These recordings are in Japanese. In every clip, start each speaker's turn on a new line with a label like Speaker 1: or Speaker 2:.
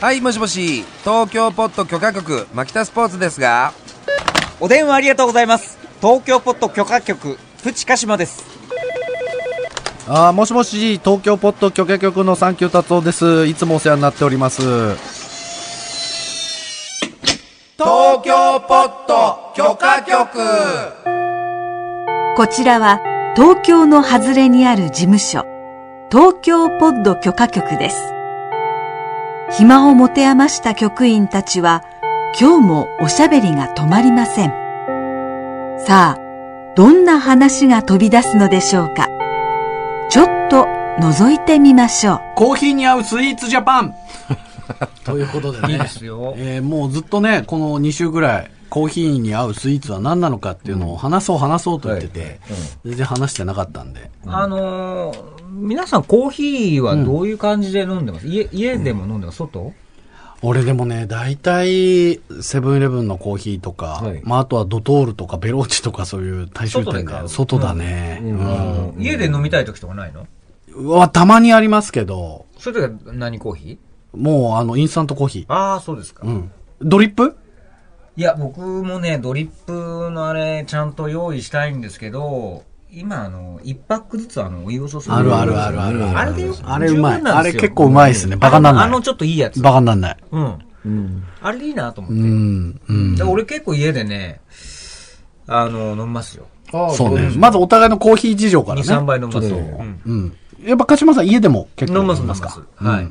Speaker 1: はいもしもし東京ポット許可局牧田スポーツですが
Speaker 2: お電話ありがとうございます。東京ポット許可局、プチカシマです。
Speaker 3: あーもしもし東京ポット許可局のサンキュー達夫ですいつもお世話になっております
Speaker 1: 東京ポット許可局
Speaker 4: こちらは東京の外れにある事務所、東京ポッド許可局です。暇を持て余した局員たちは、今日もおしゃべりが止まりません。さあ、どんな話が飛び出すのでしょうか。ちょっと覗いてみましょう。
Speaker 5: コーヒーに合うスイーツジャパン ということでね。
Speaker 1: よ
Speaker 5: えーもうずっとね、この2週ぐらい、コーヒーに合うスイーツは何なのかっていうのを話そう話そうと言ってて、全然話してなかったんで。
Speaker 6: あのー皆さんコーヒーはどういう感じで飲んでます、家家でも飲んでます外
Speaker 5: 俺でもね、大体、セブンイレブンのコーヒーとか、
Speaker 6: はい
Speaker 5: まああとはドトールとかベローチとかそういう大衆店が
Speaker 6: 外で買
Speaker 5: 外
Speaker 6: う
Speaker 5: だね。うん
Speaker 6: 家で飲みたい時とかないの
Speaker 5: うわ、たまにありますけど、
Speaker 6: それとか何コーヒ
Speaker 5: もうあの、インスタントコーヒ
Speaker 6: ーああ、そうですか。
Speaker 5: ー。うん。ドリップ
Speaker 6: いや、僕もね、ドリップのあれ、ちゃんと用意したいんですけど、今、あの、一パックずつあの、お湯を注ぐ。
Speaker 5: あるあるあるある
Speaker 6: あれでよ
Speaker 5: あれうま
Speaker 6: 十分な
Speaker 5: い
Speaker 6: んですよ
Speaker 5: あれ結構うまいですねバカなんない
Speaker 6: あの、あのちょっといいやつ。
Speaker 5: バカになんない。
Speaker 6: うん。あれでいいなと思って。
Speaker 5: うん。うん。
Speaker 6: で俺結構家でね、あの、飲みますよ。
Speaker 5: そうね。まずお互いのコーヒー事情からね。
Speaker 6: 2、3杯飲みますよ。うん
Speaker 5: うん。やっぱ、鹿島さん家でも結構
Speaker 6: 飲みます、飲みま
Speaker 5: か
Speaker 6: す。はい。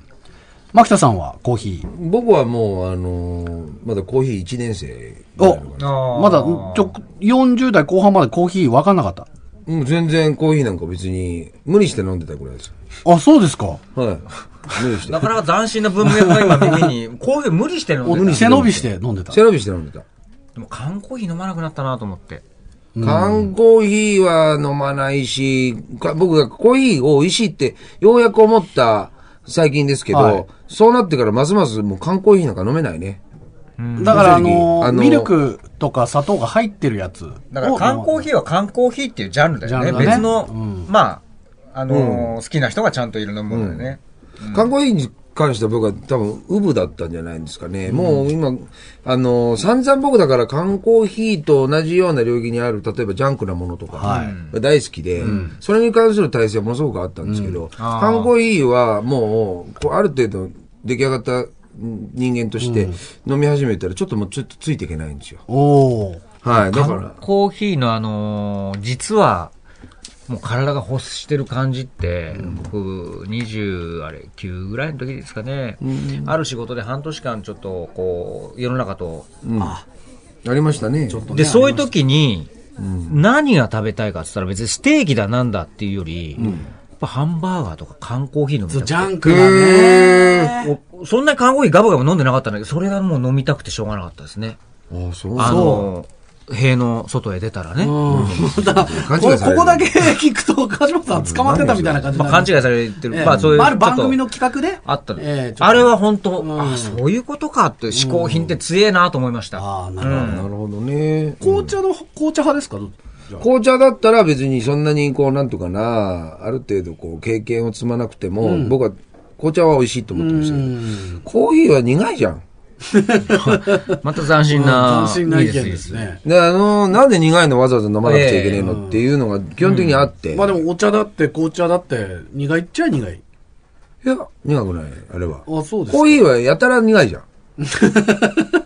Speaker 5: 牧田さんはコーヒー。
Speaker 7: 僕はもう、あのーまだコーヒー1年生ぐらいのかな
Speaker 6: あー
Speaker 5: まだ、ちょ、40代後半までコーヒー分かんなかった。
Speaker 7: うん、全然コーヒーなんか別に、無理して飲んでたぐらいですよ。
Speaker 5: あ、そうですか。
Speaker 7: はい。無理して
Speaker 6: な。かなか斬新な文明が今耳に、 コーヒー無理して飲んでた。
Speaker 5: 背伸びして飲んでた。
Speaker 7: 背伸びして飲んでた。
Speaker 6: でも缶コーヒー飲まなくなったなと思って。
Speaker 7: 缶コーヒーは飲まないし、か僕がコーヒーを美味しいって、ようやく思った最近ですけど、
Speaker 5: はい
Speaker 7: そうなってからますますもう缶コーヒーなんか飲めないね。
Speaker 5: だから、あ
Speaker 7: 正直
Speaker 5: のー
Speaker 7: あのー
Speaker 5: ミルクとか砂糖が入ってるやつを。
Speaker 6: だから缶コーヒーは缶コーヒーっていうジャンルだよね。
Speaker 5: ジャンルだね
Speaker 6: 別の、
Speaker 5: うん
Speaker 6: まあ、あのー好きな人がちゃんといる飲むものだよね。
Speaker 7: 缶コーヒーに関しては僕は多分、ウブだったんじゃないんですかね。もう今、あの、散々僕だから缶コーヒーと同じような領域にある、例えばジャンクなものとか、大好きで、それに関する体制はものすごくあったんですけど、缶コーヒーはもう、こうある程度出来上がった人間として飲み始めたら、ちょっともうちょっとついていけないんですよ。
Speaker 5: おー。
Speaker 7: はい。だから、
Speaker 6: コーヒーのあのー実は、もう体が欲してる感じって、僕、20、あれ、9ぐらいの時ですかね、ある仕事で半年間ちょっと、こう、世の中と
Speaker 7: ありましたね。
Speaker 6: で、そういう時に、何が食べたいかって言ったら別にステーキだなんだっていうより、やっぱハンバーガーとか缶コーヒー飲みたくて
Speaker 5: ジャンクだね。
Speaker 6: おそんなに缶コーヒーガブガブ飲んでなかったんだけど、それがもう飲みたくてしょうがなかったですね。
Speaker 7: あ、そう。
Speaker 6: あの、塀の外へ出たらね。
Speaker 5: こここだけ聞くと、鹿島さん捕まってたみたいな感じに
Speaker 6: ま
Speaker 5: な
Speaker 6: あ
Speaker 5: る
Speaker 6: 勘違いされて
Speaker 5: ええ
Speaker 6: る。まあそういう。
Speaker 5: ある番組
Speaker 6: ちょ
Speaker 5: の
Speaker 6: っと
Speaker 5: 企画で
Speaker 6: あったの
Speaker 5: ええちょっと
Speaker 6: あれは本当、あ、そういうことかって、嗜好品って強えなと思いました。
Speaker 5: ああ、なるほど。
Speaker 7: なるほどね。
Speaker 5: 紅茶の、紅茶派ですか
Speaker 7: 紅茶だったら別にそんなにこうなんとかな、ある程度こう経験を積まなくても、僕は紅茶は美味しいと思ってましたけど、コーヒーは苦いじゃん。
Speaker 6: また斬新な。
Speaker 5: 斬新な意見
Speaker 6: いい
Speaker 5: で
Speaker 6: ですいい
Speaker 5: ね。
Speaker 7: で、あの、なんで苦いのわざわざ飲まなくちゃいけないのっていうのが基本的にあって。
Speaker 5: まあでもお茶だって紅茶だって苦いっちゃ苦い。
Speaker 7: いや、苦くない、あれは。
Speaker 5: あ、そうです
Speaker 7: コーヒーはやたら苦いじゃん。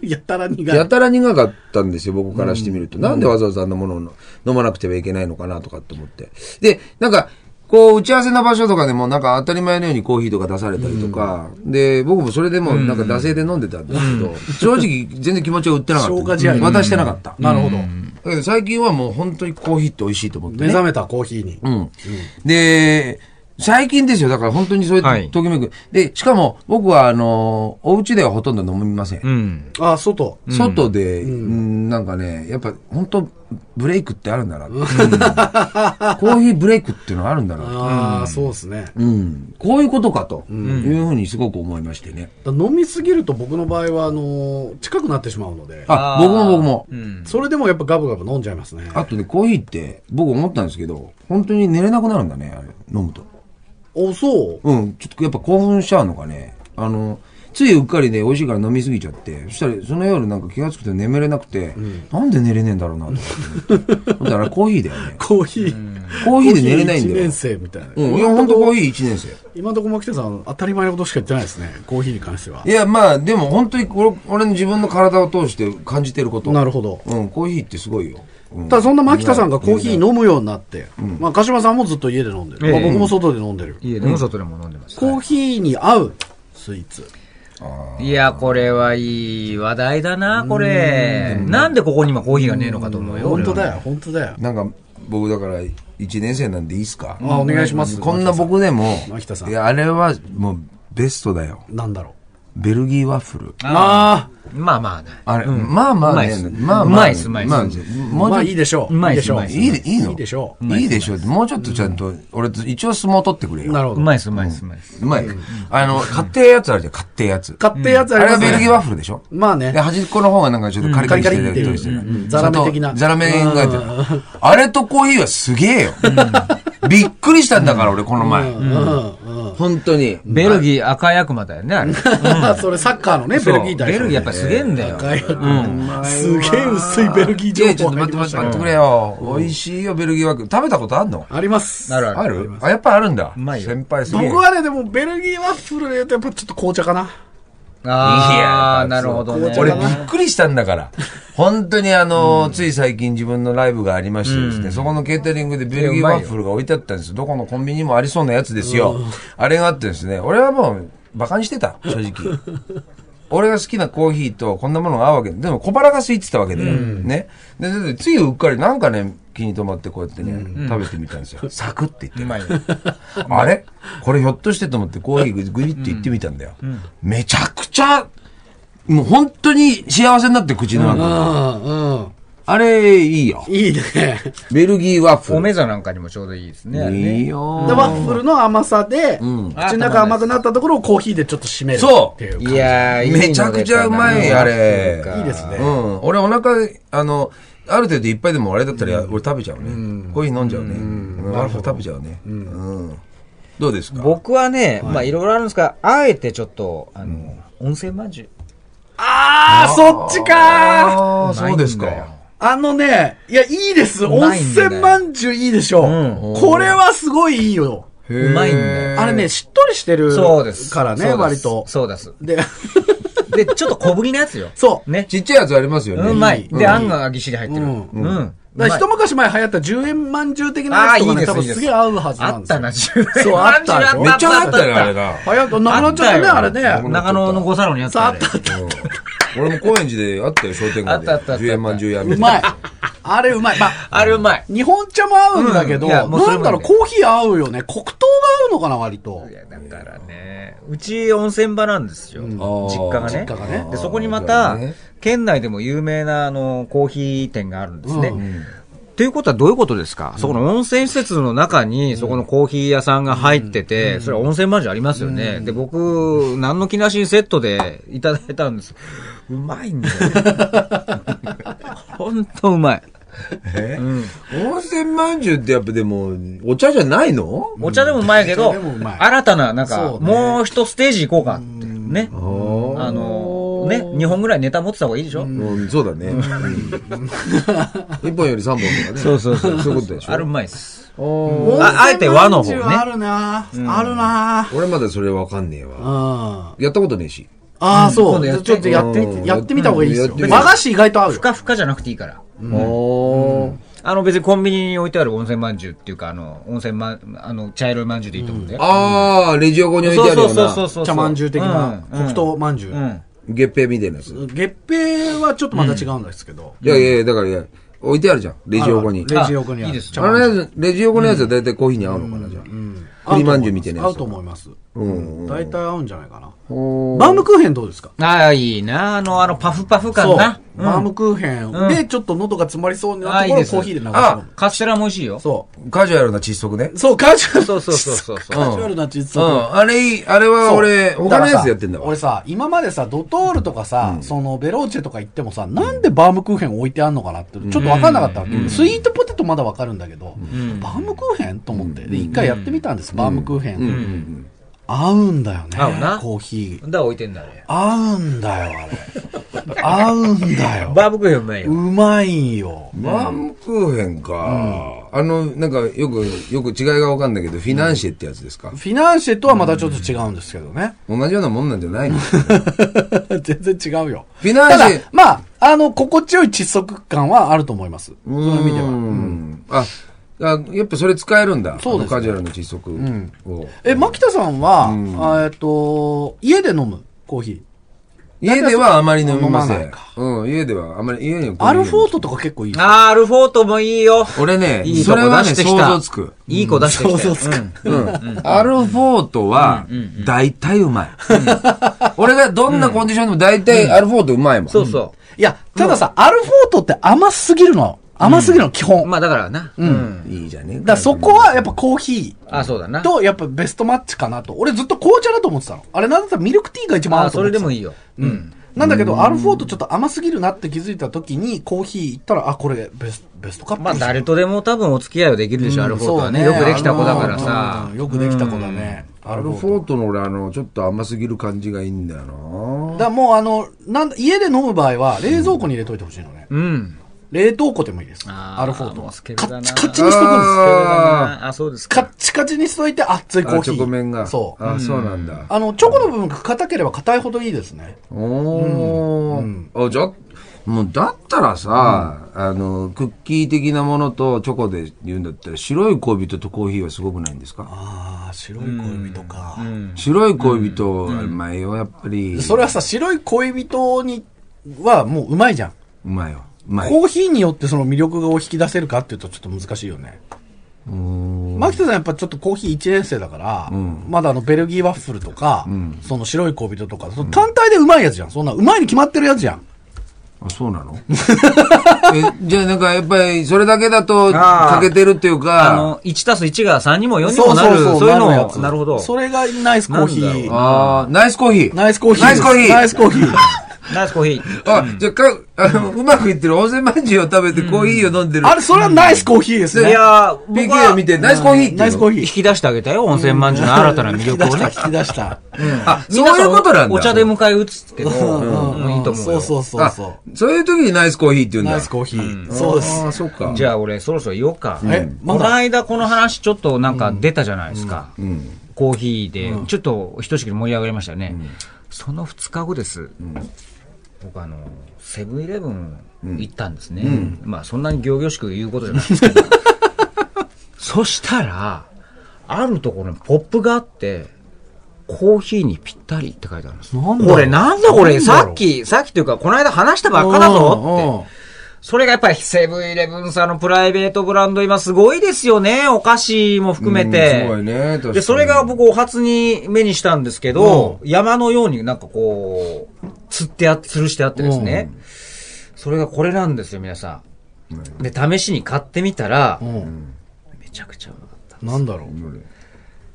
Speaker 5: やったら苦
Speaker 7: や
Speaker 5: い。
Speaker 7: たら苦かったんですよ、僕からしてみると。なんでわざわざあんなものを飲まなくてはいけないのかなとかって思って。で、なんか、こう、打ち合わせの場所とかでも、なんか当たり前のようにコーヒーとか出されたりとか、で、僕もそれでも、なんか惰性で飲んでたんですけど、正直全然気持ちを売ってなかった。
Speaker 5: 消化試合
Speaker 7: 渡してなかった。
Speaker 5: なるほど。
Speaker 7: だけど最近はもう本当にコーヒーって美味しいと思って
Speaker 5: 目
Speaker 7: ね。
Speaker 5: 覚めたコーヒーに。
Speaker 7: うん。で、最近ですよ。だから本当にそうやっ
Speaker 6: は
Speaker 7: て
Speaker 6: い
Speaker 7: ときめく。で、しかも僕は、あの、お家ではほとんど飲みません。
Speaker 6: うん。
Speaker 5: あ、外。
Speaker 7: 外で、うんなんかね、やっぱ本当ブレイクってあるんだなって、コーヒーブレイクっていうのがあるんだなと、
Speaker 5: ああ、そうですね。
Speaker 7: うん、こういうことかというふうにすごく思いましてね。
Speaker 5: だ飲みすぎると僕の場合は、あのー近くなってしまうので、
Speaker 7: あ、僕も僕も。
Speaker 5: それでもやっぱガブガブ飲んじゃいますね。
Speaker 7: あとね、コーヒーって僕思ったんですけど、本当に寝れなくなるんだね、あれ、飲むと。
Speaker 5: お、そう。
Speaker 7: うん、ちょっとやっぱ興奮しちゃうのかね。あの、ついうっかりね、美味しいから飲みすぎちゃって、そしたらその夜なんか気がつくと眠れなくて、なんで寝れねえんだろうなと思って。 だからコーヒーだよね。
Speaker 5: コーヒー。
Speaker 7: コーヒーで寝れないん
Speaker 5: コ
Speaker 7: だ
Speaker 5: ーヒー一
Speaker 7: よ
Speaker 5: 年。生みたいな。
Speaker 7: うん、いや、ほんとコーヒー1年生。。
Speaker 5: 今のところ牧田さん、当たり前のことしか言ってないですね。コーヒーに関してはい
Speaker 7: や、まあ、でも本当にこれ俺の自分の体を通して感じてること。
Speaker 5: なるほど。
Speaker 7: うん、コーヒーってすごいよ。うん
Speaker 5: ただそんな牧田さんがコーヒー飲むようになって、まあ、鹿島さんもずっと家で飲んでる。
Speaker 6: ええ
Speaker 5: まあ、僕も外で飲んでる。
Speaker 6: 家でも外でも飲んでます。
Speaker 5: コーヒーに合うスイーツ。
Speaker 6: いや、これはいい話題だな、これ。なんでここに今コーヒーがねえのかと思うよ。
Speaker 5: 本当
Speaker 6: よ。
Speaker 5: だよ、本当だよ。
Speaker 7: なんか、僕だから、1年生なんでいいっすか
Speaker 5: あお願いします
Speaker 7: こんな僕でも
Speaker 5: 牧田さん、
Speaker 7: いや、あれはもうベストだよ。
Speaker 5: なんだろ
Speaker 7: ベルギーワッフル。
Speaker 5: う。あ
Speaker 6: まあまあね。
Speaker 7: あれ、まあまあ
Speaker 6: うまいっ
Speaker 7: ね
Speaker 6: す。
Speaker 7: まあ
Speaker 6: う
Speaker 7: まあ。
Speaker 6: まいっすうまいっす
Speaker 7: まあ、
Speaker 5: あ、
Speaker 7: もう
Speaker 5: ま
Speaker 7: ちょ
Speaker 5: あ
Speaker 7: っ
Speaker 5: いいでしょう。
Speaker 6: うまいっ
Speaker 5: いですしょう。
Speaker 6: うまいっす
Speaker 7: いいでいいの
Speaker 5: いいでしょう。
Speaker 7: いいでしょう。もうちょっとちゃんと、俺、一応相撲取ってくれよ。
Speaker 5: なるほ
Speaker 6: う
Speaker 5: ど。
Speaker 6: まいっす、うまいっす、うまいっす。
Speaker 7: うまい。あの、買ってやつあるじゃん、買ってやつ。
Speaker 5: 買ってやつ
Speaker 7: あ
Speaker 5: あり
Speaker 7: れ
Speaker 5: ま
Speaker 7: は
Speaker 5: す
Speaker 7: ベルギー
Speaker 5: ね。
Speaker 7: ワッフルでしょ
Speaker 5: まあね
Speaker 7: で、。端っこの方がなんかちょっとカリカリして
Speaker 5: うんカリカリ
Speaker 7: る
Speaker 5: って
Speaker 7: して
Speaker 5: いううん
Speaker 7: る。
Speaker 5: ザラメ的な
Speaker 7: ちゃんとザラメが入ってる。あれとコーヒーはすげえよ。びっくりしたんだから、俺、この前。
Speaker 5: うん、うん。
Speaker 7: 本当に。
Speaker 6: ベルギー赤い悪魔だよね、あれ。
Speaker 5: それサッカーのね、
Speaker 6: そ
Speaker 5: ベ
Speaker 6: う
Speaker 5: ルギー代
Speaker 6: ベ
Speaker 5: 表。
Speaker 6: ルギーやっぱすげえんだよ。
Speaker 5: 赤いすげえ薄いベルギー
Speaker 7: いや、ち
Speaker 5: 情
Speaker 7: ょっ
Speaker 5: 報
Speaker 7: と待っ
Speaker 5: 入り
Speaker 7: て
Speaker 5: ま
Speaker 7: 待
Speaker 5: し
Speaker 7: ったて
Speaker 5: け
Speaker 7: 待っ
Speaker 5: ど
Speaker 7: てくれよ。美味しいよ、ベルギーワッフル。食べたことあんの
Speaker 5: あります。
Speaker 6: なるあ
Speaker 7: あ
Speaker 6: る。
Speaker 7: るあ、やっぱあるんだ。
Speaker 6: うまいよ
Speaker 7: 先輩すげえ。
Speaker 5: 僕はね、でもベルギーワッフルでやっぱちょっと紅茶かな。
Speaker 7: いや
Speaker 6: ああ、なるほどね。
Speaker 7: 俺びっくりしたんだから。本当にあの、つい最近自分のライブがありましてですね、そこのケータリングでベルギーワッフルが置いてあったんですよ。どこのコンビニにもありそうなやつですよ。あれがあってですね、俺はもう、馬鹿にしてた、正 直。俺が好きなコーヒーとこんなものが合うわけで、でも小腹が空いてたわけで、ね。で、でついうっかりなんかね、気に留まってこうやってね、食べてみたんですよ。サクって言って。
Speaker 6: うまいよ。
Speaker 7: あれこれひょっとしてと思ってコーヒーグリって行ってみたんだよ。めちゃくちゃ、もう本当に幸せになって口の中。
Speaker 5: うん、うん。
Speaker 7: あれ、いいよ。
Speaker 5: いいね。
Speaker 7: ベルギーワッフ
Speaker 6: お
Speaker 7: ル。
Speaker 6: めざなんかにもちょうどいいですね。あれね
Speaker 7: いいよ
Speaker 5: で、。ワッフルの甘さで、口の中甘くなったところをコーヒーでちょっと締める
Speaker 7: そう
Speaker 5: っていう感じ。
Speaker 6: いやーいいの出たな
Speaker 7: めちゃくちゃうまいあれ
Speaker 6: そうか
Speaker 7: いい
Speaker 5: ですね
Speaker 7: うん。俺お腹、あの、ある程度いっぱいでもあれだったら俺食べちゃうね。コーヒー飲んじゃうね。うんワッフル食べちゃうね。うん。どうですか
Speaker 6: 僕はね、まあいろいろあるんですが、あえてちょっと、あの、温泉まんじゅう。
Speaker 5: あー、そっちかー
Speaker 7: ああ、そうです
Speaker 6: うまいんだよ
Speaker 7: か。
Speaker 5: あのね、いや、いいです。
Speaker 6: うま
Speaker 5: 温
Speaker 6: いんだよ
Speaker 5: 泉まんじゅういいでしょ。
Speaker 6: うん
Speaker 5: これはすごいいいよ。
Speaker 6: うまいんだよ。
Speaker 5: あれね、しっとりしてる
Speaker 6: そうです。
Speaker 5: からね、
Speaker 6: そうで
Speaker 5: 割
Speaker 6: す
Speaker 5: と。
Speaker 6: そうです。
Speaker 5: で、
Speaker 6: で、ちょっと小ぶりなやつよ。
Speaker 5: そう。
Speaker 6: ね。
Speaker 7: ちっちゃいやつありますよね。
Speaker 6: うまい。
Speaker 7: ん
Speaker 6: で、あんがぎっしり入ってる。
Speaker 5: うん
Speaker 6: うん。
Speaker 5: だから一
Speaker 6: も
Speaker 5: 昔前流行った10円まんじゅう的な
Speaker 6: ああ
Speaker 5: や
Speaker 6: ー、
Speaker 5: つと
Speaker 6: い
Speaker 5: か
Speaker 6: いです、い
Speaker 5: ね、多分
Speaker 6: いですす。
Speaker 5: げえ合うはずな
Speaker 6: あ
Speaker 5: ん
Speaker 6: っ
Speaker 5: です
Speaker 6: た
Speaker 5: よ。
Speaker 6: な、10円。
Speaker 5: そうあったでしょ
Speaker 7: めっちゃあったよ、あれな。
Speaker 6: な。
Speaker 5: 流行った、なくなっちゃったね、あ
Speaker 6: あ
Speaker 5: れ
Speaker 6: った
Speaker 5: ね。
Speaker 6: 中野の五サロンにあった。れ
Speaker 5: さあ
Speaker 7: 俺も高円寺であったよ、商店街で。
Speaker 6: あったあったあった
Speaker 7: 10円まんじゅう屋みた
Speaker 5: う
Speaker 7: いな。
Speaker 5: まい。あれうまい。まあ、
Speaker 6: あれうまい。
Speaker 5: 日本茶も合うんだけど、
Speaker 6: うんいやもうそれ
Speaker 5: な
Speaker 6: も
Speaker 5: んだろう、
Speaker 6: ね
Speaker 5: コーヒー合うよね。黒糖が合うのかな、割と
Speaker 6: い。や、だからね、うち温泉場なんですよ。実家がね。
Speaker 5: 実家がね
Speaker 6: で、そこにま
Speaker 7: あ
Speaker 6: た
Speaker 7: ーじゃあね、
Speaker 6: 県内でも有名な、あの、コーヒー店があるんですね。ということはどういうことですかそこの温泉施設の中に、そこのコーヒー屋さんが入ってて、それは温泉マジありますよね。で、僕、何の気なしにセットでいただいたんです。うまいんだよ。ほんとうまい。
Speaker 7: え温泉まんじゅうってやっぱでも、お茶じゃないの
Speaker 6: お茶でもうまいけど、
Speaker 5: お茶でもうまい
Speaker 6: 新たな、なん
Speaker 5: そ
Speaker 6: か、
Speaker 5: うね
Speaker 6: もう一ステージ行こうかって、ね。あの、ね、2本ぐらいネタ持ってた方がいいでしょ
Speaker 7: うん、そうだね。うん一本より三本とかね。そうそうそう。そういうことでしょ。
Speaker 6: あるうまいっす。
Speaker 7: おー
Speaker 6: ああえて和の方ね
Speaker 5: 温泉まんじゅうあるなあるな
Speaker 7: 俺まだそれわかんねえ
Speaker 5: う
Speaker 7: わ。
Speaker 5: ん。
Speaker 7: やったことねえし。
Speaker 5: ああ、そ
Speaker 6: 今度
Speaker 5: う。
Speaker 6: や
Speaker 5: じゃあ
Speaker 6: って
Speaker 5: ちょっとやってみ
Speaker 7: う
Speaker 5: て、
Speaker 7: ん
Speaker 5: やってみた方がいいです
Speaker 7: や
Speaker 5: よ。
Speaker 7: ってみ
Speaker 5: 和
Speaker 7: よう
Speaker 5: 菓子意外と合う
Speaker 6: ふ
Speaker 5: よ。
Speaker 6: かふかじゃなくていいから。
Speaker 7: おー
Speaker 6: あの別にコンビニに置いてある温泉まんじゅうっていうか、あの、温泉ま、あの、茶色いまんじゅうでいいと思うんだよ。
Speaker 7: あー、レジ横に置いてある
Speaker 6: そ
Speaker 7: よ
Speaker 6: う
Speaker 7: う
Speaker 6: そうそう
Speaker 7: な、
Speaker 6: そう。
Speaker 5: 茶まんじゅう的な、
Speaker 6: うんうん
Speaker 5: 黒糖まんじゅ
Speaker 6: う
Speaker 5: う。
Speaker 6: ん。
Speaker 7: 月餅みたいなやつ。
Speaker 5: 月餅はちょっとまた違うんですけど。
Speaker 7: いやいやいや、だからいや、置いてあるじゃん、レジ横に。
Speaker 5: レジ横にあ
Speaker 6: あいい
Speaker 5: る。
Speaker 6: です
Speaker 5: 茶
Speaker 7: あ
Speaker 5: まん
Speaker 7: の
Speaker 5: じゅう
Speaker 7: やつ、レジ横のやつは大体コーヒーに合うのかな、じゃあ。栗まんじゅうみたいなやつ
Speaker 5: 合うと思います。
Speaker 7: うん。
Speaker 5: 大体合うんじゃないかな。
Speaker 7: おー
Speaker 5: バームクーヘンどうですか
Speaker 6: ああ、いいな。あの、あの、パフパフ感な。うん
Speaker 5: バームクーヘンで、ちょっと喉が詰まりそうになったとこ
Speaker 6: あいい
Speaker 5: ろ
Speaker 6: で
Speaker 5: を
Speaker 6: す
Speaker 5: コーヒーで流し込
Speaker 7: あ
Speaker 5: む。
Speaker 6: カステラも美味しいよ。
Speaker 5: そう。
Speaker 7: カジュアルな窒息ね。
Speaker 5: そう、カジュアル。
Speaker 6: そうそうそうそうそう。
Speaker 5: カジュアルな実
Speaker 7: う
Speaker 5: は。
Speaker 7: ん、あれいい、あれは俺、他のやつやってんだわ。
Speaker 5: 俺さ、今までさ、ドトールとかさ、そのベローチェとか行ってもさ、なんでバームクーヘン置いてあんのかなって、ちょっとわかんなかったわけ、スイートポテトまだわかるんだけど、バームクーヘンと思って、で一回やってみたんです、バームクーヘン。合うんだよね。
Speaker 6: 合うな
Speaker 5: コーヒー。
Speaker 6: だから置いてんだね。
Speaker 5: 合うんだよ、あれ。合うんだよ。
Speaker 6: バームクーヘンうまいうよ。
Speaker 5: まいよ。
Speaker 7: バームクーヘンか。あの、なんか、よく、よく違いがわかんないけど、フィナンシェってやつですか
Speaker 5: フ。ィナンシェとはまたちょっと違うんですけどね。
Speaker 7: 同じようなもんなんじゃない の
Speaker 5: 全然違うよ。
Speaker 7: フィナンシ
Speaker 5: ただ
Speaker 7: ェ、
Speaker 5: まあ、あの、心地よい窒息感はあると思います。そういう意味で
Speaker 7: う
Speaker 5: は。
Speaker 7: ん。あ、あやっぱそれ使えるんだ。
Speaker 5: そうですね
Speaker 7: あのカジュアルの窒息を。
Speaker 5: え、牧田さんは、
Speaker 7: うん
Speaker 5: あえっと、家で飲むコーヒー。
Speaker 7: 家ではあまり飲みませ
Speaker 5: 飲まない
Speaker 7: ん
Speaker 5: か。
Speaker 7: うん、家ではあまり、家にはこういうの
Speaker 5: アルフォートとか結構いいです。
Speaker 6: あーアルフォートもいいよ。
Speaker 7: 俺ね
Speaker 6: いい、と
Speaker 7: そ
Speaker 6: こ
Speaker 7: れは
Speaker 6: 出
Speaker 7: ね、
Speaker 6: して
Speaker 7: 想
Speaker 6: きた。
Speaker 7: 像つく。
Speaker 6: いい子出してきたよ。
Speaker 5: 想像つく
Speaker 6: うん
Speaker 7: うん。アルフォートは、大体う まい。俺がどんなコンディションでも大体アルフォートうまいもん。
Speaker 6: そうそ
Speaker 5: いや、たださ、アルフォートって甘すぎるの。甘すぎるの、基
Speaker 6: う。
Speaker 5: 本。
Speaker 6: まあだからな。うん。
Speaker 7: いいじゃねえ
Speaker 5: だからそこはやっぱコーヒ
Speaker 6: あ、そうだな
Speaker 5: ー。とやっぱベストマッチかなと。俺ずっと紅茶だと思ってたの。あれなんだったらミルクティーが一番合
Speaker 6: あ、
Speaker 5: うと
Speaker 6: そ
Speaker 5: 思
Speaker 6: れ
Speaker 5: って
Speaker 6: で
Speaker 5: た。
Speaker 6: もいいよ。うん。
Speaker 5: なんだけど、アルフォートちょっと甘すぎるなって気づいた時に、コーヒー行ったら、あ、これベスベストカップ
Speaker 6: まあ誰とでも多分お付き合いをできるでしょ、アルフォートはね。
Speaker 5: そ
Speaker 6: よ
Speaker 5: う
Speaker 6: くできた子だからさ
Speaker 5: うん。よくできた子だね。
Speaker 7: アルフォートの俺、あの、ちょっと甘すぎる感じがいいんだよな
Speaker 5: だからもうあの、なんだ、家で飲む場合は、冷蔵庫に入れといてほしいのね。
Speaker 6: うん。
Speaker 5: 冷凍庫でもいいです。
Speaker 6: あー
Speaker 5: アルフォート
Speaker 6: も
Speaker 5: は。
Speaker 6: うスケ
Speaker 5: カ
Speaker 6: ベだな
Speaker 5: ッチカチにしとくんで
Speaker 7: あ
Speaker 5: す
Speaker 7: ー
Speaker 6: ああ、そうです
Speaker 5: カ
Speaker 6: か
Speaker 5: ッ。チカチにしといて、熱いコー
Speaker 7: あ、
Speaker 5: ヒ
Speaker 7: チ
Speaker 5: ー。
Speaker 7: ョコ麺が。
Speaker 5: そう。
Speaker 7: あ、そうなんだ。
Speaker 5: あの、チョコの部分が硬ければ硬いほどいいですね。
Speaker 7: おー。あ、じゃ、もう、だったらさ、あの、クッキー的なものとチョコで言うんだったら、白い恋人とコーヒーはすごくないんですか
Speaker 5: ああ、白い恋人か。
Speaker 7: 白い恋人、うまいよ、やっぱり。
Speaker 5: それはさ、白い恋人にはもううまいじゃん。
Speaker 7: うまいよ。うまい。
Speaker 5: コーヒーによってその魅力を引き出せるかっていうとちょっと難しいよね。牧田さんやっぱちょっとコーヒー1年生だから、まだあのベルギーワッフルとか、その白い恋人とか、その単体でうまいやつじゃん。そんなうまいに決まってるやつじゃん。
Speaker 7: あ、そうなの えじゃあ、なんか、やっぱり、それだけだと、欠けてるっていう
Speaker 6: あ
Speaker 7: か、
Speaker 6: の、1たす1が3にも4にもなる。そういうのを、なるほど。
Speaker 5: それがナイスコーヒ
Speaker 6: なんだ
Speaker 5: ー。
Speaker 7: あーナイスコーヒー。
Speaker 5: ナイスコーヒー。
Speaker 7: ナイスコーヒー。
Speaker 5: ナイスコーヒー。
Speaker 6: ナイスコーヒー。
Speaker 7: あ、じゃあか、あの、うまくいってる温泉まんじゅうを食べてコーヒーを飲んでる。
Speaker 5: あれ、それはナイスコーヒーです
Speaker 6: い
Speaker 5: ね。
Speaker 6: やー、僕
Speaker 7: PK
Speaker 6: は
Speaker 7: を見て、ナイスコーヒーっていうの。
Speaker 5: ナイスコーヒ
Speaker 6: 引
Speaker 5: ー。
Speaker 6: き出してあげたよ、温泉まんじゅうの新たな魅力をね。
Speaker 5: 引き出した。
Speaker 7: あ、そういうことなんだ。
Speaker 6: お茶で迎え撃つけど、
Speaker 5: うん
Speaker 6: いいと思う
Speaker 5: そう
Speaker 6: よ。
Speaker 5: そうそうそう。
Speaker 7: あそういう時にナイスコーヒーって言うんだ。
Speaker 5: ナイスコーヒー。そうです
Speaker 7: あ。あ、そうか。
Speaker 6: じゃあ俺そろそろ言おうか。
Speaker 5: えま
Speaker 6: こ
Speaker 5: だ
Speaker 6: の間この話ちょっとなんか出たじゃないですか。コーヒーで、ちょっとひとしきり盛り上がりましたよね。その2日後です。僕あの、セブンイレブン行ったんですね。まあそんなに行々しく言うことじゃ ないですけど。そしたら、あるところにポップがあって、コーヒーにぴったりって書いてあるんです。
Speaker 5: なんだろう
Speaker 6: これなんだこれ
Speaker 5: なんだろう
Speaker 6: さっき、さっきというか、この間話したばっかだぞって。それがやっぱりセブンイレブンさんのプライベートブランド今すごいですよね。お菓子も含め
Speaker 7: うん
Speaker 6: て。
Speaker 7: すごいね確かに
Speaker 6: で、それが僕お初に目にしたんですけど、山のようになんかこう、釣ってあって、吊るしてあってですね。それがこれなんですよ、皆さん。で、試しに買ってみたら、
Speaker 5: うん。
Speaker 6: めちゃくちゃうまかった。
Speaker 5: なんだろう。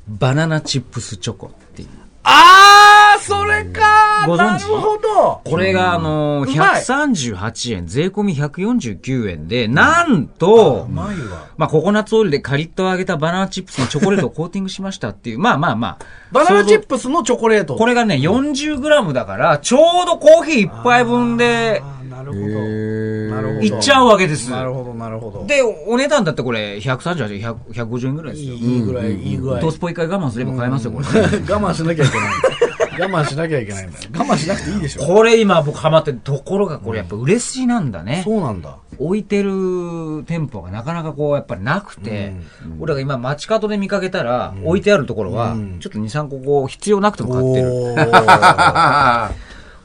Speaker 6: バナナチップスチョコっていう。
Speaker 5: あー、それか
Speaker 6: ご
Speaker 5: ー
Speaker 6: 存
Speaker 5: な
Speaker 6: 知
Speaker 5: るほど
Speaker 6: これが、あのー、
Speaker 5: うまい
Speaker 6: 138円、税込み149円で、なんと、
Speaker 5: まいわ。
Speaker 6: まあ、ココナッツオイルでカリッと揚げたバナナチップスにチョコレ ートをコーティングしましたっていう、まあまあまあ。
Speaker 5: バナナチ
Speaker 6: プ
Speaker 5: ップスのチョコレート。
Speaker 6: これがね、40g だから、ちょうどコーヒー一杯分で、
Speaker 5: あーなるほど。なるほど。
Speaker 6: いっちゃうわけです。
Speaker 5: なるほど、なるほど。
Speaker 6: で、お値段だってこれ、138円、100 150円ぐらいですよ。
Speaker 5: いいぐらい、いいぐらい。
Speaker 6: ト
Speaker 5: 我
Speaker 6: スポ一回我慢すれば買えますよ、これ。
Speaker 5: 慢しなきゃいけない。我慢しなきゃいけないんだよ。 我慢しなくていいでしょ。
Speaker 6: これ今僕ハマってる。ところがこれやっぱ嬉しいなんだね。
Speaker 5: そうなんだ。
Speaker 6: 置いてる店舗がなかなかこう、やっぱりなくて、俺が今街角で見かけたら、置いてあるところは、ちょっと2、3個こう、必要なくても買ってる。
Speaker 5: お ー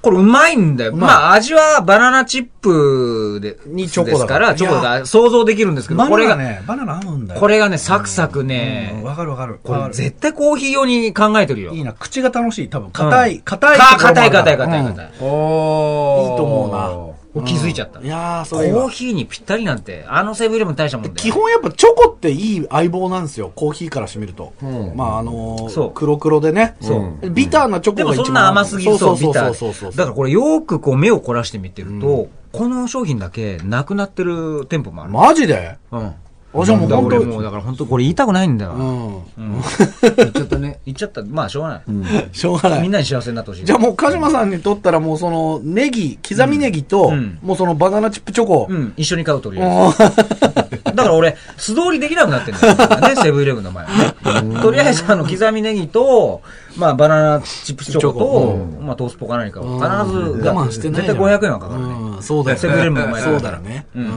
Speaker 6: これうまいんだよ。まあ味はバナナチップで、
Speaker 5: にチョコだ
Speaker 6: です
Speaker 5: か
Speaker 6: からら、チョコだ、想像できるんですけど、
Speaker 5: バ
Speaker 6: これ
Speaker 5: ナ
Speaker 6: が、
Speaker 5: ナね、バナナ合うんだよ。
Speaker 6: これがね、サクサクね、
Speaker 5: わかるわかる。
Speaker 6: これ絶対コーヒー用に考えてるよ。
Speaker 5: いいな、口が楽しい。多分、硬い、硬い。
Speaker 6: か硬い硬い硬い
Speaker 5: い。
Speaker 6: 硬い。
Speaker 7: おー
Speaker 5: いいと思
Speaker 6: 気づいちゃった。
Speaker 5: いやー、そ
Speaker 6: コ
Speaker 5: れいいわ
Speaker 6: ーヒーにぴったりなんて、あのセブンイレブン大したもんだよ。
Speaker 5: 基本やっぱチョコっていい相棒なんですよ。コーヒーからしてみると。まああのー
Speaker 6: そう
Speaker 5: 黒黒でね。
Speaker 6: そう
Speaker 5: ビターなチョ
Speaker 6: で
Speaker 5: コ
Speaker 6: も
Speaker 5: が一番
Speaker 6: そんな甘すぎる
Speaker 5: そ
Speaker 6: そうう、
Speaker 5: そ
Speaker 6: ビ
Speaker 5: う
Speaker 6: タ
Speaker 5: そうそうそう
Speaker 6: ー。だからこれよくこう目を凝らして見てると、この商品だけなくなってる店舗もある。
Speaker 5: マジで
Speaker 6: うん。
Speaker 5: あじゃあもう
Speaker 6: だから
Speaker 5: 本
Speaker 6: 俺
Speaker 5: 当
Speaker 6: もうだから本当これ言いたくないんだよな、
Speaker 5: う
Speaker 7: 言っちゃったね。
Speaker 6: 言っちゃったまあしょうがない、
Speaker 5: ん。しょうがな
Speaker 6: みん
Speaker 5: い。
Speaker 6: なに幸せになってほしい
Speaker 5: じゃあもう鹿島さんにとったらもうそのネギ、刻みネギと、
Speaker 6: うん
Speaker 5: もうそのバナナチップチョコ。
Speaker 6: うん、一緒に買うとりあえ ず。だから俺、素通りできなくなってんだよ。だからね、セブンイレブンの前はね。とりあえず、あの、刻みネギと、まあ、バナナチップスチョコと、まあ、トースポか何かを必ず、
Speaker 5: 我慢してない
Speaker 6: 絶対500円はかかるね。
Speaker 5: うん、そうだよね。
Speaker 6: セブンイレブンの前だ
Speaker 5: そうだよね。うん
Speaker 7: え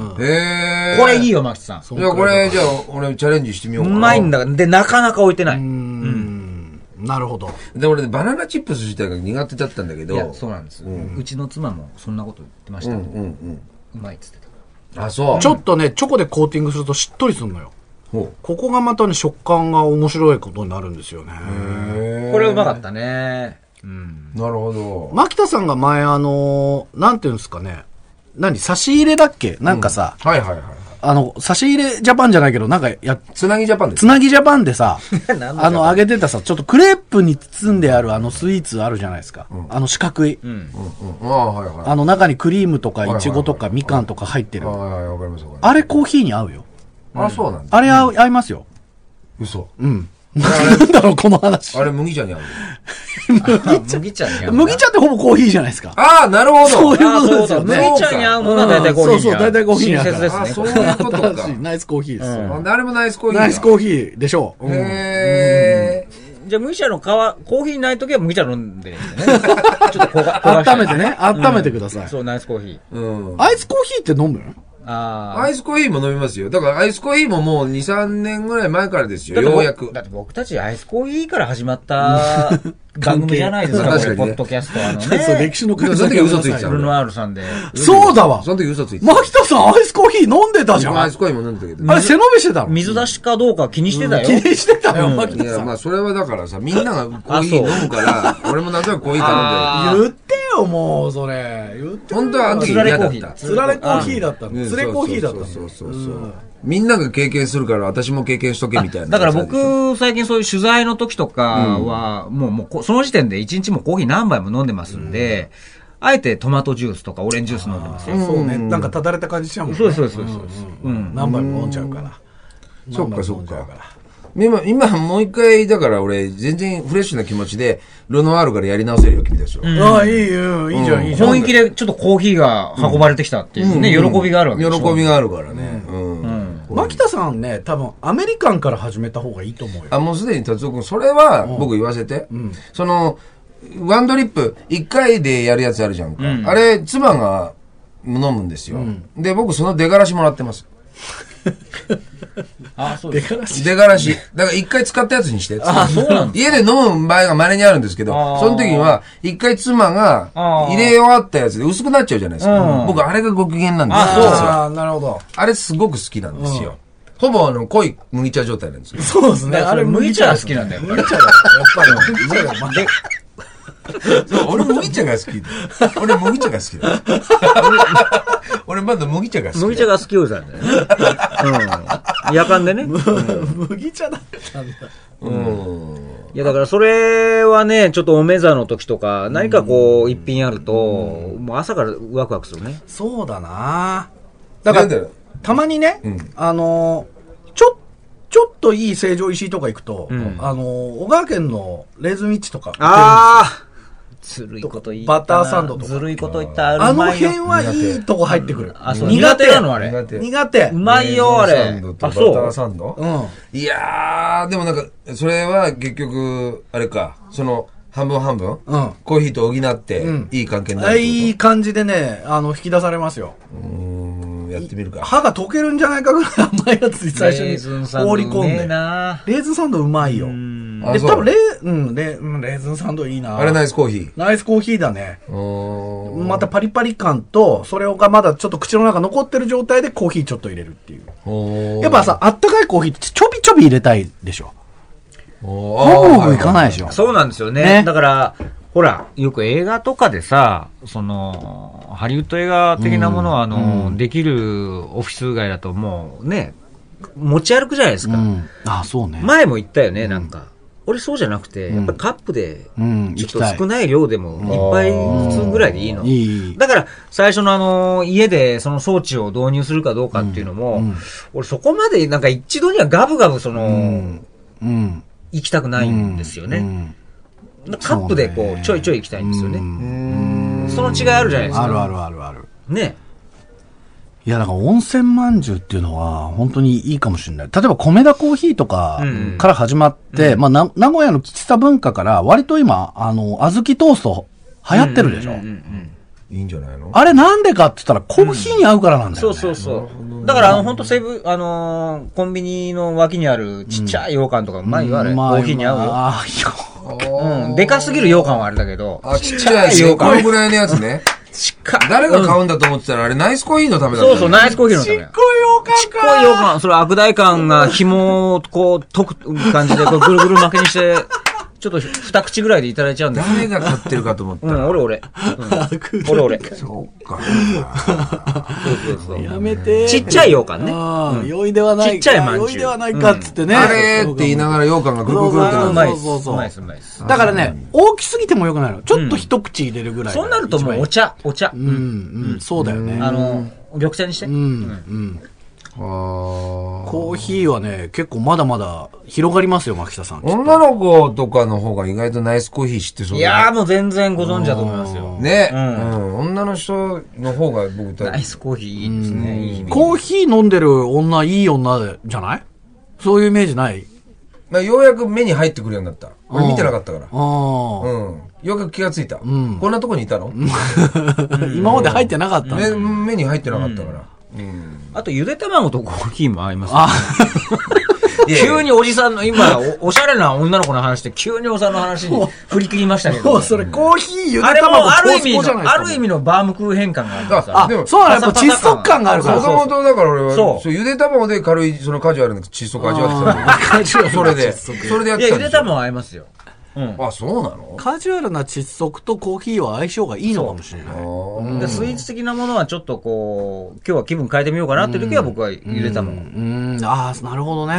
Speaker 7: ー。
Speaker 6: これいいよ、マキさん。
Speaker 7: じゃあこれ、じゃあ俺チャレンジしてみよう
Speaker 6: う
Speaker 7: かな。
Speaker 6: まいんだから、で、なかなか置いてない。い
Speaker 5: なるほど。
Speaker 7: で、俺ね、バナナチップス自体が苦手だったんだけど。
Speaker 6: や、そうなんです。うちの妻もそんなこと言ってました。
Speaker 7: うんう
Speaker 6: うんまいっつってた。
Speaker 7: うん。あ、そう。
Speaker 5: ちょっとね、チョコでコーティングするとしっとりするのよ。
Speaker 7: ほ
Speaker 5: ここがまたね、食感が面白いことになるんですよね。
Speaker 7: へ
Speaker 6: これうまかったね。うん。
Speaker 7: ーなるほど。
Speaker 5: 牧田さんが前、あのーなんていうんですかね。何差し入れだっけなんかさ、
Speaker 7: はいはいはい。
Speaker 5: あの、差し入れジャパンじゃないけど、なんかや、
Speaker 7: つなぎジャパンです
Speaker 5: つ。なぎジャパンでさ
Speaker 6: 何のジャ、パン
Speaker 5: あの、揚げてたさ、ちょっとクレープに包んであるあのスイーツあるじゃないですか。あの四角い。
Speaker 7: ああ、はいはい。
Speaker 5: あの中にクリームとか
Speaker 7: いはい
Speaker 5: イチゴとかみかんとか入ってる
Speaker 7: あ。あ、わかりますわかります
Speaker 5: あれコーヒーに合うよ。
Speaker 7: あ、そうなんだ。
Speaker 5: あれ合う合いますよ。
Speaker 7: 嘘。
Speaker 5: なんだろう、この話
Speaker 7: あ。れ、麦茶に合う。
Speaker 6: あ麦茶に合うな。
Speaker 5: 麦茶ってほぼコーヒーじゃないですか。
Speaker 7: ああ、なるほど。
Speaker 5: そういうこと
Speaker 6: そう
Speaker 5: です
Speaker 6: そう
Speaker 5: よね。
Speaker 6: 麦茶に合うものは大体コーヒーに合う。
Speaker 5: そうそう大体コーヒーに合う
Speaker 6: 親切です
Speaker 7: あ
Speaker 6: ね。
Speaker 7: そういうことか。
Speaker 5: 新しいナイスコーヒーです、
Speaker 7: あ誰もナイスコーヒーだ。
Speaker 5: ナイスコーヒーでしょう、うん
Speaker 7: へー
Speaker 6: じゃあ、麦茶の皮、コーヒーないときは麦茶飲んでるんですよね。ちょっと焦が焦がして
Speaker 5: 温めてね温めてください、
Speaker 6: そう、ナイスコーヒー。
Speaker 7: うん。
Speaker 5: アイスコーヒーって飲むの
Speaker 6: あ
Speaker 7: アイスコーヒーも飲みますよ。だからアイスコーヒーももう2、3年ぐらい前からです
Speaker 6: あ。
Speaker 7: よ。ようやく
Speaker 6: だ。って僕たちアイスコーヒーから始ま った番組じゃないですか、
Speaker 7: 関係
Speaker 6: こ
Speaker 7: 確か
Speaker 6: れ、ポ
Speaker 7: にね
Speaker 6: ッドキャストあの
Speaker 5: そう
Speaker 6: ね。
Speaker 5: 歴史の
Speaker 7: でもその時嘘ついてた
Speaker 6: ルノアールさんで。
Speaker 5: そうだわ
Speaker 7: その時嘘ついてた。
Speaker 5: 牧田さんアイスコーヒー飲んでたじゃん
Speaker 7: ア
Speaker 5: あ
Speaker 7: イスコーヒーも飲んでたけど。
Speaker 5: れ背伸びしてたの
Speaker 6: 水出しかどうか気にしてたよ。
Speaker 5: 気にしてたよ、牧
Speaker 7: い
Speaker 5: 田
Speaker 7: や、
Speaker 5: さん
Speaker 7: まあ、それはだからさ、みんながコーヒー飲むから、俺もなんとなくコーヒー頼ん
Speaker 6: あー
Speaker 5: 言ってよもうそれ言って
Speaker 7: で、本当はあの時
Speaker 6: つられ
Speaker 7: 嫌
Speaker 6: コ
Speaker 7: だ
Speaker 6: ー
Speaker 7: っ
Speaker 6: ヒー
Speaker 7: た。
Speaker 5: つられコーヒーだったの
Speaker 7: うん
Speaker 5: つれコーヒーだったの
Speaker 7: そうそうそうそう。みんなが経験するから、私も経験しとけみたいな。
Speaker 6: だから、僕、最近そういう取材の時とかは、もう、もうこ、その時点で一日もコーヒー何杯も飲んでますんで、あえてトマトジュースとかオレンジジュース飲んでますよ。
Speaker 5: そうねなんかただれた感じしちゃうもんね
Speaker 6: そうです、そうです、そうですそうです。うん。
Speaker 5: 何杯も飲んじゃうから
Speaker 7: そっかそ
Speaker 5: 飲
Speaker 7: っ
Speaker 5: んじゃう
Speaker 7: か
Speaker 5: か。ら
Speaker 7: 今、今もう一回、だから俺、全然フレッシュな気持ちで、ルノワールからやり直せるよ、君たちは。
Speaker 5: ああいいよいいじゃんいいじゃん
Speaker 6: 本気でちょっとコーヒーが運ばれてきたっていうね、喜びがあるわけでしょ。
Speaker 7: 喜びがあるからね。うん。
Speaker 5: 牧田さんね多分アメリカンから始めた方がいいと思うよ
Speaker 7: あ、もうすでに達夫君、それは僕言わせて。その、ワンドリップ、一回でやるやつあるじゃんか。あれ、妻が飲むんですよ。で、僕、その出がらしもらってます。
Speaker 6: あ、そうです。
Speaker 7: 出がらし。だから一回使ったやつにして。
Speaker 6: そうなん
Speaker 7: 家で飲む場合が稀にあるんですけど、
Speaker 6: あー
Speaker 7: その時には、一回妻が
Speaker 6: あー
Speaker 7: 入れ終わったやつで薄くなっちゃうじゃないですか。
Speaker 6: うん
Speaker 7: 僕、あれがご機嫌なんですよ。
Speaker 6: あそう
Speaker 7: 実は
Speaker 5: あーなるほど
Speaker 7: あれすごく好きなんですよ。ほぼあの、濃い麦茶状態なんですよ。
Speaker 5: そうですね
Speaker 6: だから
Speaker 5: あ
Speaker 6: それ
Speaker 5: れ
Speaker 6: 麦
Speaker 5: 麦
Speaker 6: 茶
Speaker 5: 茶
Speaker 6: が
Speaker 5: が
Speaker 6: 好き
Speaker 5: 好き
Speaker 6: な
Speaker 5: なんん
Speaker 6: だ
Speaker 5: だ
Speaker 6: よ
Speaker 5: よ麦茶だやっぱり
Speaker 7: そう俺麦茶が好 きだ。俺麦茶が好きだ。俺俺まだ麦茶が好きだ。
Speaker 6: 麦茶が好きおじさんだよね。うん。夜間でね。
Speaker 5: 麦茶だったんだ
Speaker 6: いや、だからそれはね、ちょっとお目覚の時とか、何かこう、一品あると、もう朝からワクワクするね。
Speaker 5: そうだなだか
Speaker 7: なんだろ
Speaker 5: ら
Speaker 7: う
Speaker 5: たまにね
Speaker 7: ん
Speaker 5: あのーちょちょっといい成城石井とか行くとあのー小川県のレーズンイッチとか
Speaker 6: ああずるいこと言ったな。
Speaker 5: バターサンドとか
Speaker 6: ずるいこと言った。
Speaker 5: あ
Speaker 6: う
Speaker 5: の
Speaker 6: まいよ
Speaker 5: 辺はいいとこ入ってくる
Speaker 6: あ、そう。苦手なのあれ。
Speaker 7: 苦
Speaker 6: う
Speaker 7: 手。
Speaker 5: 苦手うん
Speaker 6: まいよ、あれ。あ、
Speaker 7: あ、
Speaker 6: そ
Speaker 7: そうう。バターサンドいやー、でもなんか、それは結局、あれか、その、半分半分、
Speaker 5: うん
Speaker 7: コーヒーと補って、いい関係にな
Speaker 5: あ
Speaker 7: るって
Speaker 5: いい感じでねあの引き出されますよ
Speaker 7: ことうんやってみるか。
Speaker 5: 歯が溶けるんじゃないかぐらい甘いやつに最初
Speaker 6: レ
Speaker 5: に
Speaker 6: ーズンサンド
Speaker 5: 放り込
Speaker 6: う
Speaker 5: ん
Speaker 6: めえ
Speaker 5: で
Speaker 6: な
Speaker 5: レーズンサンドうまいよ。
Speaker 7: あ
Speaker 5: で、
Speaker 7: そう
Speaker 5: 多分レー、うん、レーうんレーズンサンドいいな。
Speaker 7: あれナイスコーヒー。
Speaker 5: ナイスコーヒーだね。
Speaker 7: うーん
Speaker 5: またパリパリ感と、それがまだちょっと口の中残ってる状態でコーヒーちょっと入れるっていう。
Speaker 7: おー
Speaker 5: やっぱさ、あったかいコーヒーってちょびちょび入れたいでしょ。
Speaker 7: おー
Speaker 5: ほぼほぼいかないでしょ。
Speaker 6: そうなんですよね。
Speaker 5: ね
Speaker 6: だから、ほら、よく映画とかでさ、その、ハリウッド映画的なものは、あの、できるオフィス街だともうね、持ち歩くじゃないですか。
Speaker 5: うん。あ、そうね。
Speaker 6: 前も言ったよね、なんか。俺そうじゃなくて、やっぱりカップで、
Speaker 5: うん
Speaker 6: ちょっ
Speaker 5: 行きた
Speaker 6: と
Speaker 5: い
Speaker 6: 少ない量でも、いっぱいずつぐらいでいいの。
Speaker 5: うんいい
Speaker 6: だから、最初のあの、家でその装置を導入するかどうかっていうのも、俺そこまでなんか一度にはガブガブその、
Speaker 5: うん。
Speaker 6: 行きたくないんですよね。カップでこう、ちょいちょい行きたいんですよね。その違いあるじゃないですか。
Speaker 5: あるあるあるある。
Speaker 6: ね。
Speaker 5: いや、だから温泉まんじゅうっていうのは本当にいいかもしれない。例えば米田コーヒーとか
Speaker 6: うん
Speaker 5: から始まって、まあな、名古屋の喫茶文化から割と今、あの、小豆トースト流行ってるでしょ。
Speaker 6: うんうんうん
Speaker 7: いいんじゃないの
Speaker 5: あれなんでかって言ったらコーヒーに合うからなんだよ
Speaker 6: そ
Speaker 5: ね。
Speaker 6: うそうそう。だから、あの、本当セブ、あのーコンビニの脇にあるちっちゃい羊羹とか、うまいよ、あれ。コ
Speaker 5: まあ
Speaker 6: ーヒーに合
Speaker 5: ああ、いいよ。
Speaker 6: うよ。うん。でかすぎる羊羹はあれだけど、
Speaker 7: あ、ちっちゃい
Speaker 6: ちっちゃいよ
Speaker 7: このぐらいのやつね。
Speaker 6: しっか
Speaker 7: 誰が買うんだと思ってたら、あれナイスコーヒーのためだったんだ
Speaker 6: そうそう、ナイスコーヒーのため。ちっこい羊羹か。ちっこい羊羹。それ悪大感が紐をこう、解く感じで、こうぐるぐる巻きにして、ちょっと二口ぐらいでいただいちゃうんですよ。
Speaker 7: 誰が買ってるかと思った
Speaker 6: う
Speaker 7: ら。
Speaker 6: ん、俺俺。うん俺俺。
Speaker 7: そうか。
Speaker 5: やめて
Speaker 6: ちっちゃい羊羹ね。
Speaker 5: ああ、酔いではないか。
Speaker 6: ちっちゃい饅頭
Speaker 5: 酔いではないかっつってね。
Speaker 7: あれって言いながら羊羹がくるくるくるって
Speaker 5: そう
Speaker 7: な
Speaker 6: う
Speaker 7: る。
Speaker 6: まいっす。
Speaker 5: そうそうそう
Speaker 6: うまいっす、うまいっす。
Speaker 5: だからね、大きすぎてもよくないの。ちょっと一口入れるぐらいが
Speaker 6: そうなるともうお
Speaker 5: 一
Speaker 6: 茶、お茶。
Speaker 5: 番いいうん、うん、そうだよね。
Speaker 6: あの、緑茶にして。
Speaker 5: うん、うん。
Speaker 7: あー
Speaker 5: コーヒーはね、結構まだまだ広がりますよ、牧田さん。
Speaker 7: 女の子とかの方が意外とナイスコーヒー知ってそう
Speaker 6: い
Speaker 7: だ
Speaker 6: やーもう全然ご存知だと思いますよ。
Speaker 7: ね、う
Speaker 6: うんん
Speaker 7: 女の人の方が僕多分
Speaker 6: ナイスコーヒーいいですね。いい日々
Speaker 5: コーヒー飲んでる女、いい女じゃないそういうイメージない
Speaker 7: まあ、ようやく目に入ってくるようになった俺見てなかったから
Speaker 5: ああ、
Speaker 7: うんようやく気がついた、こんなとこにいたの、
Speaker 5: 今まで入ってなかったの、
Speaker 7: 目目に入ってなかったから、
Speaker 6: あと、ゆで卵とコーヒーも合いますよ、ね。急におじさんの、今お、おしゃれな女の子の話で、急におじさんの話に振り切りましたけ
Speaker 5: も
Speaker 6: ど
Speaker 5: う。それ、コーヒー、ゆで
Speaker 6: あれ
Speaker 5: 卵、
Speaker 6: も、ある
Speaker 5: トース
Speaker 6: 意
Speaker 5: ポ
Speaker 6: 味
Speaker 5: じゃない
Speaker 6: の、
Speaker 5: です
Speaker 6: あ
Speaker 5: か
Speaker 6: る意味のバームクーヘン感があるからさ。
Speaker 7: あ
Speaker 5: あ
Speaker 7: でも
Speaker 5: そうなの、やっぱ窒息感があるから。
Speaker 7: もともとだから俺は、
Speaker 6: そう
Speaker 7: そうゆで卵で軽いそのカジュアルな窒息味わってたカジュアルそれで、それでやっ
Speaker 6: い
Speaker 7: てた
Speaker 6: や、ゆ
Speaker 7: んで
Speaker 6: です
Speaker 7: よ。
Speaker 6: 卵合いますよ。うん。
Speaker 7: あ、そうなの
Speaker 5: カジュアルな窒息とコーヒーは相性がいいのかもしれない。
Speaker 6: でスイーツ的なものはちょっとこう、今日は気分変えてみようかなっていう時は僕はゆで卵
Speaker 5: うーん、ああ、なるほどね。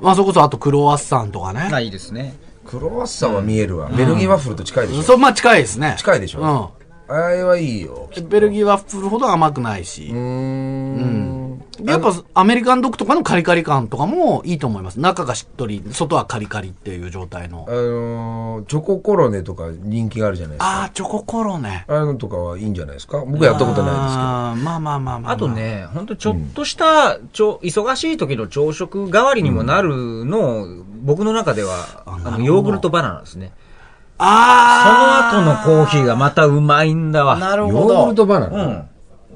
Speaker 5: まあ、それこそ、あとクロワッサンとかね。
Speaker 6: がいいですね。
Speaker 7: クロワッサンは見えるわ。ベルギーワッフルと近いでしょ。
Speaker 5: そう、まあ、近いですね。
Speaker 7: 近いでしょ。あれはいいよ。
Speaker 5: うん。ベルギーワッフルほど甘くないし。
Speaker 7: うーん。
Speaker 5: やっぱ、アメリカンドッグとかのカリカリ感とかもいいと思います。中がしっとり、外はカリカリっていう状態の
Speaker 7: あ。のー、チョココロネとか人気があるじゃないですか。
Speaker 5: ああ、チョココロね。
Speaker 7: ああいうのとかはいいんじゃないですか僕やったことないですけど。
Speaker 5: あーまあまあまあまあ。
Speaker 6: あと。ね、ほんとちょっとした、ちょ、忙しい時の朝食代わりにもなるのを、僕の中では、あの、ヨーグルトバナナですね。そ
Speaker 5: ああ
Speaker 6: の後のコーヒーがまたうまいんだわ。
Speaker 5: なる
Speaker 7: ヨ
Speaker 5: ほ
Speaker 7: ーグル
Speaker 5: ど。
Speaker 7: トバナナ、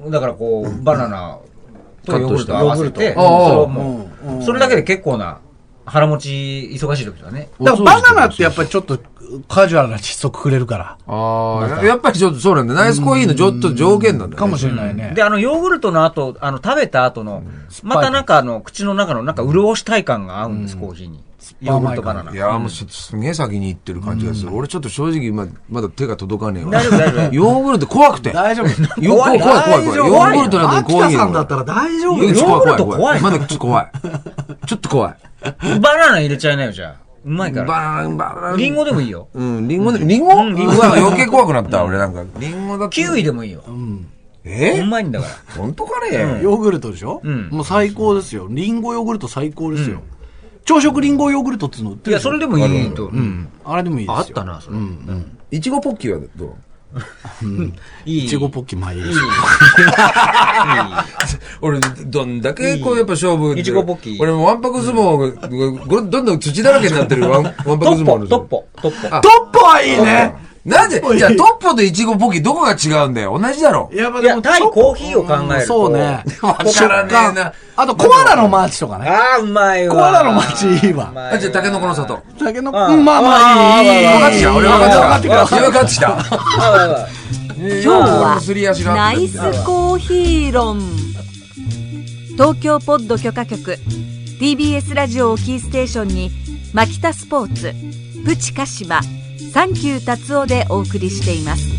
Speaker 6: うん。だからこう、バナナとヨーグルトを合わせて、
Speaker 7: カットした
Speaker 6: そうもうそれだけで結構な腹持ち忙しい時とかね。
Speaker 5: だからバナナってやっぱりちょっとカジュアルな窒息くれるから。
Speaker 7: ああ、やっぱりちょっとそうなんだ。ナイスコーヒーのちょっと条件なんだ、ね
Speaker 5: かもしれないね。
Speaker 6: で、あの、ヨーグルトの後、あの、食べた後の、またなんかあの、口の中のなんか潤したい感が合うんです、コーヒーに。ヨーグルトバナナ。
Speaker 7: いやーもうちょっとすげえ先に行ってる感じがする。俺ちょっと正直今、まだ手が届かねえわ。
Speaker 6: 大丈夫大丈夫
Speaker 7: ヨーグルト怖くて。
Speaker 5: 大丈夫。
Speaker 7: よ怖い怖い怖い怖い。
Speaker 5: 大丈
Speaker 7: ヨ
Speaker 5: 夫
Speaker 7: ーグルトなんてコーヒー
Speaker 5: 秋田
Speaker 7: の
Speaker 5: さんだったら大丈夫
Speaker 7: いや
Speaker 5: よ。
Speaker 7: ちょっと
Speaker 6: ヨーグルト怖い
Speaker 7: まだちょっと怖 い。ちょっと怖い。
Speaker 6: バナナ入れちゃいなよ、じゃあ。うまい
Speaker 7: バ
Speaker 6: から。
Speaker 7: ナナ、バナナ。
Speaker 6: リンゴでもいいよ。
Speaker 7: うん、リンゴで、リンゴ
Speaker 6: ん
Speaker 7: リ
Speaker 6: リ
Speaker 7: ン
Speaker 6: ン
Speaker 7: ゴ
Speaker 6: ゴ
Speaker 7: 余計怖くなった、俺なんか。リンゴだ
Speaker 6: キウイ
Speaker 7: で。
Speaker 6: でもいいよ。う
Speaker 7: え
Speaker 6: まいんだから。
Speaker 7: 本当かね
Speaker 5: ヨーグルトでしょ
Speaker 6: ん
Speaker 5: もう最高ですよ。リンゴヨーグルト最高ですよ。朝食リンゴヨーグルトっつうの売って
Speaker 6: い
Speaker 5: る
Speaker 6: や、
Speaker 5: でしょ
Speaker 6: それでもいいと。うん。
Speaker 5: あれでもいいですよ。
Speaker 6: あったな、それ。うん
Speaker 7: いちごポッキーはどう
Speaker 6: いい。
Speaker 5: いちごポ
Speaker 6: ッ
Speaker 5: ッキーまあいいで
Speaker 6: キ
Speaker 5: すよ。
Speaker 7: 俺、どんだけ、こう、やっぱ勝負で。
Speaker 6: いちごポッキー
Speaker 7: 俺もわんぱく相撲がご、どんどん土だらけになってるわん、わんぱく相
Speaker 6: トッ
Speaker 7: 撲
Speaker 6: ポ、
Speaker 7: の。
Speaker 6: トッポ、トッポ。
Speaker 7: あ
Speaker 5: トッポはいいね。
Speaker 7: なんで、じゃあトッポといちごポッキーどこが違うんだよ。同じだろ。
Speaker 5: やっぱ
Speaker 6: いや、対コーヒーを考えると。
Speaker 5: そうね。
Speaker 7: わからねえな。
Speaker 5: あと、コアラのマーチとかね。
Speaker 6: ああ、うまいわ。
Speaker 5: コアラのマーチいいわ。
Speaker 7: あじゃあ、タケノコの里。
Speaker 5: だけど、
Speaker 6: あ
Speaker 5: うんまあまあいいいいいいいいい。
Speaker 7: 分かってきた。俺分かってきた。
Speaker 5: 分かってきた。
Speaker 7: 俺分かってきた。
Speaker 4: 今日
Speaker 7: 今日すり足が
Speaker 4: ナイスコーヒー論東京ポッド許可局 TBS ラジオをキーステーションにマキタスポーツプチカシマサンキュー達夫でお送りしています